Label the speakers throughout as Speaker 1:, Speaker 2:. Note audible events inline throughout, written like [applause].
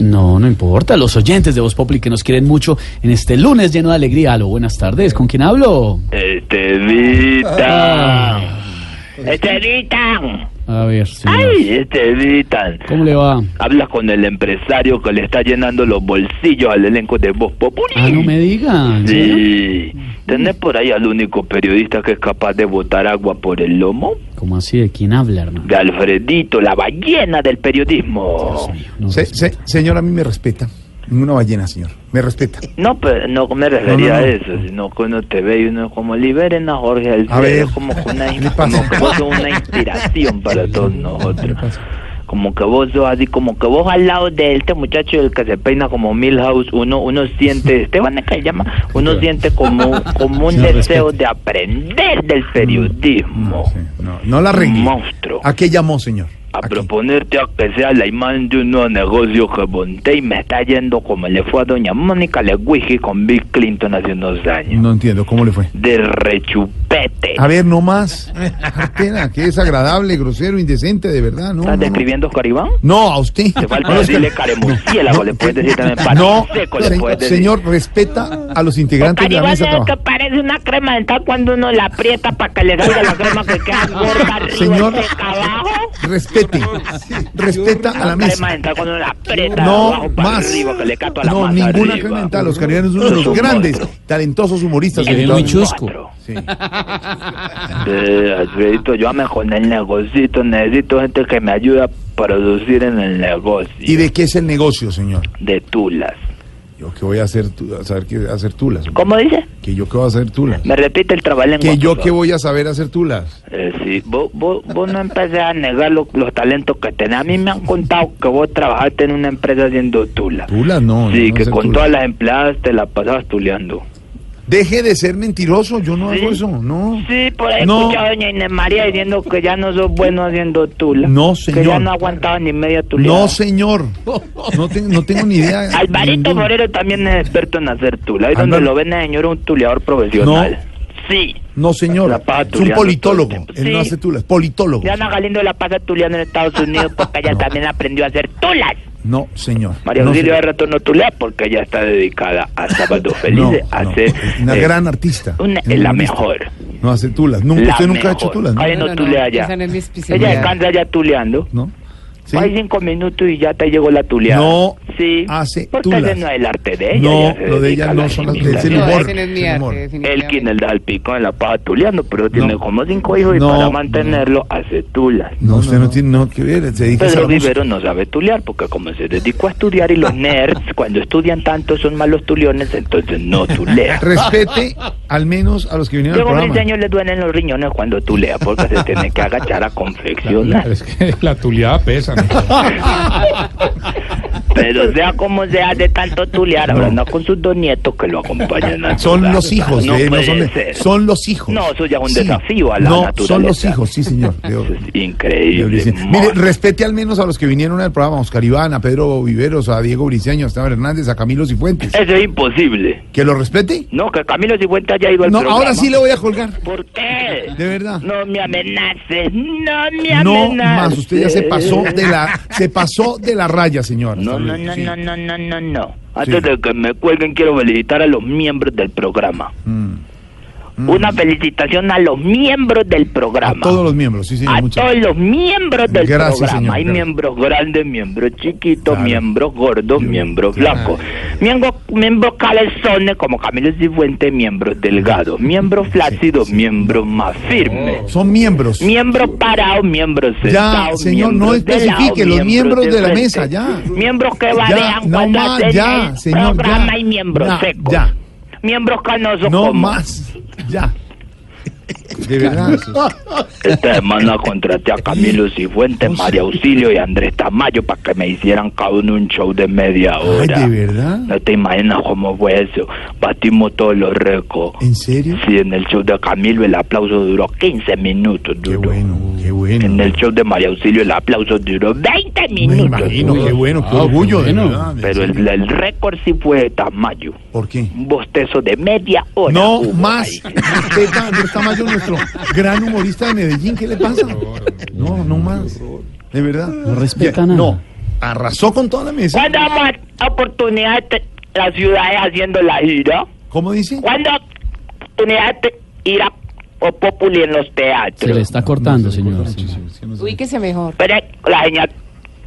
Speaker 1: No, no importa. Los oyentes de Voz Populi que nos quieren mucho en este lunes lleno de alegría. Aló, buenas tardes. ¿Con quién hablo?
Speaker 2: Estevita.
Speaker 1: Ah.
Speaker 2: Estevita.
Speaker 1: A ver, señor.
Speaker 2: Ay, Estevita.
Speaker 1: ¿Cómo le va?
Speaker 2: Hablas con el empresario que le está llenando los bolsillos al elenco de Voz Populi.
Speaker 1: Ah, no me diga. ¿en serio?
Speaker 2: Sí. ¿Tenés por ahí al único periodista que es capaz de botar agua por el lomo?
Speaker 1: ¿Cómo así? ¿De quién habla, hermano?
Speaker 2: De Alfredito, la ballena del periodismo.
Speaker 1: Dios mío, no
Speaker 3: Se-
Speaker 1: respeto.
Speaker 3: se- señor, a mí me respeta. Una ballena, señor. Me respeta.
Speaker 2: No, pero no me refería
Speaker 3: No, no,
Speaker 2: a
Speaker 3: no.
Speaker 2: eso, sino que uno te ve y uno es como liberen a Jorge Alfredo,
Speaker 3: A ver,
Speaker 2: como que una,
Speaker 3: ¿qué le pasa?
Speaker 2: como que vos sos una inspiración para todos nosotros. Como que vos sos así, como que vos al lado de este muchacho el que se peina como Milhouse, uno uno siente, Esteban es que se llama, uno siente como, como un
Speaker 1: Señor,
Speaker 2: deseo
Speaker 1: respete.
Speaker 2: de aprender del periodismo.
Speaker 3: Mm, No, sí, no, no la arregle.
Speaker 2: Monstruo.
Speaker 3: ¿A qué llamó, señor?
Speaker 2: A
Speaker 3: Aquí.
Speaker 2: proponerte a que sea la imagen de un nuevo negocio que monté y me está yendo como le fue a doña Mónica Lewinsky con Bill Clinton hace unos años.
Speaker 3: No entiendo, ¿cómo le fue?
Speaker 2: de rechupete.
Speaker 3: A ver, no más. Artena, qué desagradable, grosero, indecente, de verdad, ¿no?
Speaker 2: ¿Estás
Speaker 3: no, no.
Speaker 2: describiendo Caribán?
Speaker 3: No, a usted.
Speaker 2: Te falta
Speaker 3: No, es que-
Speaker 2: decirle caremuciélago,
Speaker 3: no,
Speaker 2: le puedes decir también pan
Speaker 3: No,
Speaker 2: seco, le
Speaker 3: se-
Speaker 2: puedes decir.
Speaker 3: señor, respeta a los integrantes de la mesa de trabajo.
Speaker 2: parece una crema dental cuando uno la aprieta para que le salga la crema que
Speaker 3: [laughs]
Speaker 2: queda gorda
Speaker 3: Señor, respete. Respeta a la mesa.
Speaker 2: dental cuando uno la aprieta
Speaker 3: No más. no, ninguna crema dental. Los Carianos es uno de
Speaker 2: Es un
Speaker 3: los grandes,
Speaker 2: monstruo.
Speaker 3: talentosos humoristas.
Speaker 1: Miguel
Speaker 3: de todo el
Speaker 1: Luis
Speaker 3: mundo.
Speaker 1: Chusco.
Speaker 3: Sí.
Speaker 2: Eh, Alfredito, yo me con el negocito, necesito gente que me ayude a producir en el negocio
Speaker 3: ¿Y de qué es el negocio, señor?
Speaker 2: de tulas.
Speaker 3: Yo que voy a hacer, tu- a saber qué hacer tulas.
Speaker 2: ¿Cómo dice?
Speaker 3: Que yo que voy a hacer tulas.
Speaker 2: Me repite el trabalenguas.
Speaker 3: Que yo
Speaker 2: por
Speaker 3: que
Speaker 2: favor.
Speaker 3: voy a saber hacer tulas.
Speaker 2: Eh, sí, vos, vos, vos no empecé a negar lo- los talentos que tenés. A mí me han contado que vos trabajaste en una empresa haciendo tula.
Speaker 3: Tulas no. yo
Speaker 2: sí,
Speaker 3: no
Speaker 2: que
Speaker 3: sé
Speaker 2: con
Speaker 3: tulas.
Speaker 2: todas las empleadas te la pasabas tuleando.
Speaker 3: Deje de ser mentiroso, yo no
Speaker 2: Sí.
Speaker 3: hago eso, no.
Speaker 2: Sí, por ahí
Speaker 3: No.
Speaker 2: escuchaba a doña Inés María diciendo que ya no sos bueno haciendo tula.
Speaker 3: No,
Speaker 2: Que ya
Speaker 3: señor.
Speaker 2: no aguantaba ni media tuleada.
Speaker 3: No, señor. No, te- no tengo ni idea.
Speaker 2: [laughs] Alvarito
Speaker 3: Ningún-
Speaker 2: Morero también es experto en hacer tula. Ahí donde
Speaker 3: Álvaro-
Speaker 2: lo ven el señor es un tuleador profesional. Sí.
Speaker 3: No, señor.
Speaker 2: La pasa
Speaker 3: Es un
Speaker 2: tuleando
Speaker 3: politólogo.
Speaker 2: todo el tiempo.
Speaker 3: Él no
Speaker 2: Sí.
Speaker 3: hace tulas. Politólogo.
Speaker 2: Diana Galindo la pasa tuleando en Estados Unidos porque ella también aprendió a hacer tulas.
Speaker 3: No, señor.
Speaker 2: María
Speaker 3: No,
Speaker 2: Auxilio
Speaker 3: señor.
Speaker 2: de Rato no tulea porque ella está dedicada a Sábado
Speaker 3: [laughs] No,
Speaker 2: Feliz, a
Speaker 3: no,
Speaker 2: ser
Speaker 3: una
Speaker 2: eh,
Speaker 3: gran artista.
Speaker 2: una- eh,
Speaker 3: Es
Speaker 2: la
Speaker 3: humorista.
Speaker 2: mejor.
Speaker 3: No hace tulas. Nunca,
Speaker 2: la
Speaker 3: usted nunca ha
Speaker 2: mejor.
Speaker 3: hecho tulas, ¿no?
Speaker 2: Ay, no,
Speaker 4: No, no,
Speaker 2: tulea
Speaker 4: no,
Speaker 2: ya.
Speaker 4: esa no es mi
Speaker 2: ella
Speaker 4: especialidad.
Speaker 2: descansa ya tuleando.
Speaker 3: ¿No? Sí.
Speaker 2: Hay cinco minutos y ya te llegó la tuleada.
Speaker 3: No
Speaker 2: sí.
Speaker 3: hace
Speaker 2: Porque
Speaker 3: tulas.
Speaker 2: ese no es el arte de ella.
Speaker 3: No,
Speaker 2: ella se
Speaker 3: lo de
Speaker 2: dedica
Speaker 3: ella
Speaker 2: a
Speaker 3: no
Speaker 2: la
Speaker 3: son las-
Speaker 2: imitación.
Speaker 3: es el
Speaker 4: No,
Speaker 3: humor,
Speaker 4: ese no es mi
Speaker 3: el humor.
Speaker 4: arte,
Speaker 2: Él quien
Speaker 4: definitivamente.
Speaker 2: el da el pico en la paja tuleando, pero tiene como cinco hijos y
Speaker 3: No.
Speaker 2: para mantenerlo hace tulas.
Speaker 3: No, usted no, tiene nada que ver. Se dedica a
Speaker 2: Pedro
Speaker 3: la música.
Speaker 2: Vivero no sabe tulear porque como se dedicó a estudiar y
Speaker 3: [laughs]
Speaker 2: los nerds cuando estudian tanto son malos tuliones, entonces no tulea.
Speaker 3: Respete al menos a los que vinieron al
Speaker 2: Luego mis
Speaker 3: programa.
Speaker 2: años le duelen los riñones cuando tulea porque se tiene que agachar a confeccionar.
Speaker 5: Es que la tuleada pesa. ¿no?
Speaker 2: Pero sea como sea de tanto tulear, ahora no con sus dos nietos que lo acompañan. a
Speaker 3: Son
Speaker 2: tulear.
Speaker 3: los hijos,
Speaker 2: no
Speaker 3: de él, no
Speaker 2: puede
Speaker 3: son, de-
Speaker 2: ser.
Speaker 3: son los hijos.
Speaker 2: No, eso ya es un
Speaker 3: Sí.
Speaker 2: desafío a la
Speaker 3: No,
Speaker 2: naturaleza.
Speaker 3: son los hijos, sí,
Speaker 2: [laughs]
Speaker 3: señor. Debo-
Speaker 2: Eso es
Speaker 3: debo
Speaker 2: increíble.
Speaker 3: decir. Mire, respete al menos a los que vinieron al programa, a Oscar Iván, a Pedro Viveros, a Diego Briceño, a Esteban Hernández, a Camilo Cifuentes.
Speaker 2: Eso es imposible.
Speaker 3: ¿Que lo respete?
Speaker 2: No, que Camilo Cifuentes haya ido al
Speaker 3: No,
Speaker 2: programa.
Speaker 3: ahora sí le voy a colgar.
Speaker 2: ¿Por qué?
Speaker 3: De verdad.
Speaker 2: No me amenaces, no me amenaces.
Speaker 3: No más, usted ya se pasó de la se pasó de la raya, señor.
Speaker 2: No, no, no,
Speaker 3: Sí.
Speaker 2: no, no, no, no, no. Antes de que me cuelguen, quiero felicitar a los miembros del programa.
Speaker 3: Mm.
Speaker 2: Una felicitación a los miembros del
Speaker 3: A
Speaker 2: programa.
Speaker 3: todos los miembros, sí, señor.
Speaker 2: A
Speaker 3: muchas
Speaker 2: todos los miembros del
Speaker 3: Gracias,
Speaker 2: programa.
Speaker 3: señor,
Speaker 2: Hay
Speaker 3: gracias.
Speaker 2: miembros grandes, miembros chiquitos,
Speaker 3: Claro.
Speaker 2: miembros gordos,
Speaker 3: Yo-
Speaker 2: miembros
Speaker 3: claro.
Speaker 2: flacos, miembros, miembros calezones como Camilo Cifuentes, miembros delgados, miembros flácidos, miembros más firmes.
Speaker 3: Son miembros.
Speaker 2: Miembros parados, miembros sentados.
Speaker 3: señor, no
Speaker 2: miembros de lado,
Speaker 3: especifique, los miembros de la
Speaker 2: frente.
Speaker 3: mesa, ya.
Speaker 2: Miembros que babean
Speaker 3: no
Speaker 2: cuando
Speaker 3: más,
Speaker 2: hacen
Speaker 3: ya,
Speaker 2: el
Speaker 3: señor,
Speaker 2: programa
Speaker 3: ya.
Speaker 2: y miembros
Speaker 3: Ya,
Speaker 2: secos.
Speaker 3: ya.
Speaker 2: Miembros canosos
Speaker 3: No
Speaker 2: como
Speaker 3: más. Ya. De verdad.
Speaker 2: Esta semana este
Speaker 3: [laughs]
Speaker 2: contraté a Camilo Cifuentes, María Auxilio y Andrés Tamayo para que me hicieran cada uno un show de media
Speaker 3: Ay,
Speaker 2: hora.
Speaker 3: de verdad.
Speaker 2: No te imaginas cómo fue eso. Batimos todos los récords.
Speaker 3: ¿En serio?
Speaker 2: Sí, en el show de Camilo el aplauso duró 15 minutos.
Speaker 3: Qué
Speaker 2: duró.
Speaker 3: bueno, qué
Speaker 2: En
Speaker 3: bueno.
Speaker 2: el show de María Auxilio el aplauso duró 20
Speaker 3: Me
Speaker 2: minutos.
Speaker 3: imagino, qué bueno, qué
Speaker 1: Ah,
Speaker 3: orgullo. de
Speaker 1: bueno.
Speaker 3: verdad.
Speaker 2: Pero el, el récord sí fue de Tamayo.
Speaker 3: ¿Por qué?
Speaker 2: Un bostezo de media hora.
Speaker 3: No
Speaker 2: Pues hubo
Speaker 3: más.
Speaker 2: [laughs] ahí.
Speaker 3: Usted está, no está mayor nuestro gran humorista de Medellín. ¿Qué le pasa? No, no más. De verdad.
Speaker 1: No respetan
Speaker 3: Ya,
Speaker 1: nada.
Speaker 3: No. arrasó con toda la mesa.
Speaker 2: ¿Cuándo vamos a dar oportunidad a te- las ciudades haciendo la gira?
Speaker 3: ¿Cómo dice?
Speaker 2: ¿Cuándo oportunidad de ir a o Populi en los
Speaker 1: Se le
Speaker 2: teatros?
Speaker 1: está cortando,
Speaker 3: No, se
Speaker 1: señor.
Speaker 3: corta muchísimo, es que no se-
Speaker 4: Ubíquese mejor.
Speaker 2: Pero la señal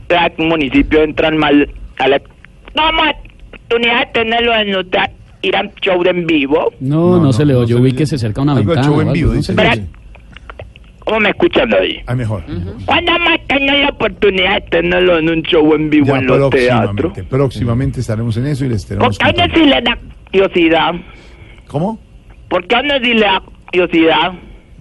Speaker 2: del municipio entran mal a la... No vamos a oportunidad de tenerlo en los teatros, ir a un show en vivo.
Speaker 1: No, no, se le
Speaker 3: no
Speaker 1: oye. Ubíquese cerca a una
Speaker 3: Algo de
Speaker 1: ventana.
Speaker 3: show
Speaker 1: o
Speaker 3: en
Speaker 1: algo,
Speaker 3: vivo,
Speaker 1: no se
Speaker 3: dice.
Speaker 1: le
Speaker 2: Pero-
Speaker 1: oye.
Speaker 2: ¿Cómo me escuchan hoy?
Speaker 3: Ah, mejor. mejor.
Speaker 2: ¿Cuándo vamos a tener la oportunidad de tenerlo en un show en vivo
Speaker 3: Ya
Speaker 2: en los teatros?
Speaker 3: próximamente, próximamente estaremos en eso y les tenemos
Speaker 2: Porque a uno
Speaker 3: contando.
Speaker 2: sí le da curiosidad.
Speaker 3: ¿Cómo?
Speaker 2: Porque a uno sí le da curiosidad.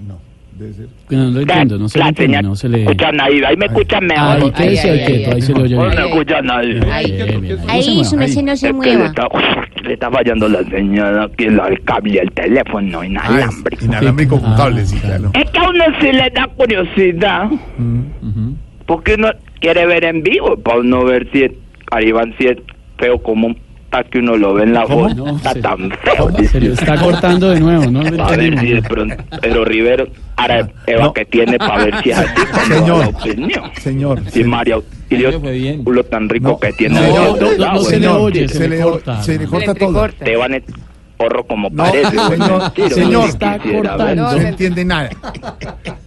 Speaker 3: No, debe ser.
Speaker 1: No lo entiendo, no se le
Speaker 2: La
Speaker 1: entiende,
Speaker 2: señal-
Speaker 1: no se le...
Speaker 2: Escuchan ahí, ahí me escuchan mejor.
Speaker 1: Ahí,
Speaker 4: Ay, ay,
Speaker 1: quédese
Speaker 4: ay,
Speaker 1: ahí quieto,
Speaker 4: ay,
Speaker 1: ahí se le oye
Speaker 2: Hoy no
Speaker 1: bien.
Speaker 2: escucha a nadie.
Speaker 1: Ahí, bien, bien, no se
Speaker 4: Ahí
Speaker 1: mueva,
Speaker 4: su
Speaker 1: ahí.
Speaker 4: merced no se
Speaker 2: Es que le
Speaker 4: mueva.
Speaker 2: está, le está fallando la señal aquí, la- el cable, el teléfono
Speaker 3: Ah, es
Speaker 2: inalámbrico.
Speaker 3: inalámbrico con
Speaker 1: Ah,
Speaker 3: cable, sí, claro.
Speaker 2: Es que a uno sí le da curiosidad.
Speaker 1: Ujú.
Speaker 2: Porque uno quiere ver en vivo. Para uno ver si es, Caribán si es feo como un tac que uno lo ve en la
Speaker 3: ¿Cómo?
Speaker 2: foto.
Speaker 1: No,
Speaker 2: está
Speaker 1: se-
Speaker 2: tan feo.
Speaker 1: Se le
Speaker 2: dice.
Speaker 1: está cortando de nuevo, ¿no? lo
Speaker 2: A ver si de
Speaker 1: entendimos.
Speaker 2: pronto. Pero Rivero, ahora Eva
Speaker 3: No.
Speaker 2: que tiene para ver si
Speaker 1: [laughs]
Speaker 2: es así cuando da
Speaker 3: Señor.
Speaker 2: la opinión.
Speaker 3: Señor.
Speaker 2: Si María Auxilio, culo tan rico Eh, que tiene.
Speaker 1: No,
Speaker 2: Dios,
Speaker 1: no, no,
Speaker 2: ¿verdad,
Speaker 1: no se
Speaker 2: güey?
Speaker 1: le
Speaker 3: señor,
Speaker 1: oye, se le
Speaker 3: o-
Speaker 1: corta.
Speaker 3: Se le
Speaker 1: Se
Speaker 3: corta todo.
Speaker 4: entrecorta.
Speaker 2: Te van a horro como
Speaker 3: No,
Speaker 2: parece.
Speaker 3: señor,
Speaker 2: güey, mentira,
Speaker 3: señor.
Speaker 2: güey,
Speaker 1: Está
Speaker 2: quisiera ver.
Speaker 1: cortando.
Speaker 3: No
Speaker 4: No,
Speaker 3: se
Speaker 4: se-
Speaker 2: [laughs]
Speaker 3: entiende nada.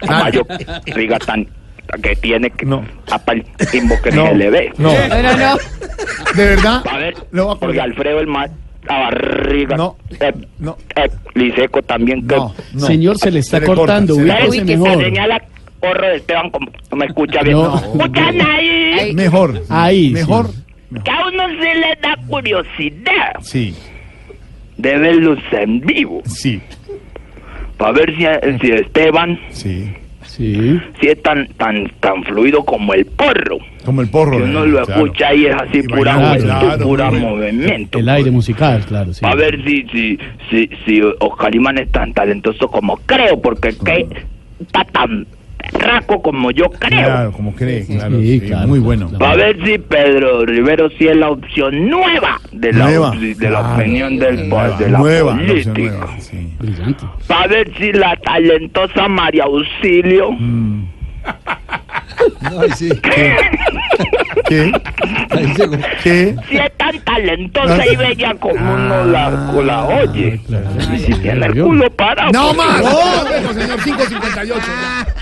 Speaker 3: Nada.
Speaker 2: Mayo Riga Ah, tan que tiene que
Speaker 3: No.
Speaker 2: tapa el timbo que
Speaker 3: No,
Speaker 2: se le ve.
Speaker 3: no.
Speaker 4: No, no, no.
Speaker 3: De verdad.
Speaker 2: A ver,
Speaker 3: Lo voy a
Speaker 2: porque
Speaker 3: colgar.
Speaker 2: Alfredo el mar, la barriga,
Speaker 3: No,
Speaker 2: eh,
Speaker 3: no.
Speaker 2: eh, Liseco también que
Speaker 3: No, no.
Speaker 1: Señor, se le está
Speaker 3: Se le corta,
Speaker 1: cortando,
Speaker 3: se le
Speaker 2: Pero
Speaker 1: ubíquese
Speaker 2: que se
Speaker 1: mejor.
Speaker 2: señala corro de Esteban como no me escucha bien.
Speaker 1: No.
Speaker 2: Escuchan ahí
Speaker 4: Ay.
Speaker 3: Eh, Mejor.
Speaker 1: eh, Ahí,
Speaker 3: Mejor.
Speaker 1: sí.
Speaker 2: que a uno se le da curiosidad
Speaker 3: Sí,
Speaker 2: de verlos en vivo.
Speaker 3: sí,
Speaker 2: Para ver si, si Esteban,
Speaker 3: sí.
Speaker 1: Sí.
Speaker 2: si es tan, tan, tan fluido como el porro.
Speaker 3: Como el porro. eh,
Speaker 2: Que uno lo
Speaker 3: claro.
Speaker 2: escucha y es así
Speaker 3: Y
Speaker 2: pura
Speaker 1: bailar,
Speaker 2: juventud,
Speaker 3: claro,
Speaker 2: pura
Speaker 3: muy bien.
Speaker 2: movimiento.
Speaker 1: El aire musical, claro, sí.
Speaker 2: A ver si, si, si, si Oscar Limán es tan talentoso como creo, porque que está tan raco como yo creo.
Speaker 3: Claro, como cree, claro.
Speaker 1: sí,
Speaker 3: sí,
Speaker 1: claro,
Speaker 3: muy
Speaker 1: claro,
Speaker 3: bueno.
Speaker 1: claro.
Speaker 2: A ver si Pedro Rivero sí es la opción nueva de la,
Speaker 3: Nueva,
Speaker 2: de la
Speaker 3: claro.
Speaker 2: opinión del
Speaker 3: Nueva,
Speaker 2: de la
Speaker 3: nueva, no sé,
Speaker 2: política.
Speaker 3: nueva, sí.
Speaker 1: Brillante.
Speaker 2: A ver si la talentosa María Auxilio
Speaker 3: Mm.
Speaker 1: [laughs]
Speaker 3: ¿Qué? ¿Qué?
Speaker 2: si es tan talentosa
Speaker 3: [laughs]
Speaker 2: y bella como uno la,
Speaker 3: Ah,
Speaker 2: la oye.
Speaker 1: Claro.
Speaker 2: Y si tiene el culo parado.
Speaker 3: ¡No
Speaker 2: porque-
Speaker 3: más! ¡No! Señor 558.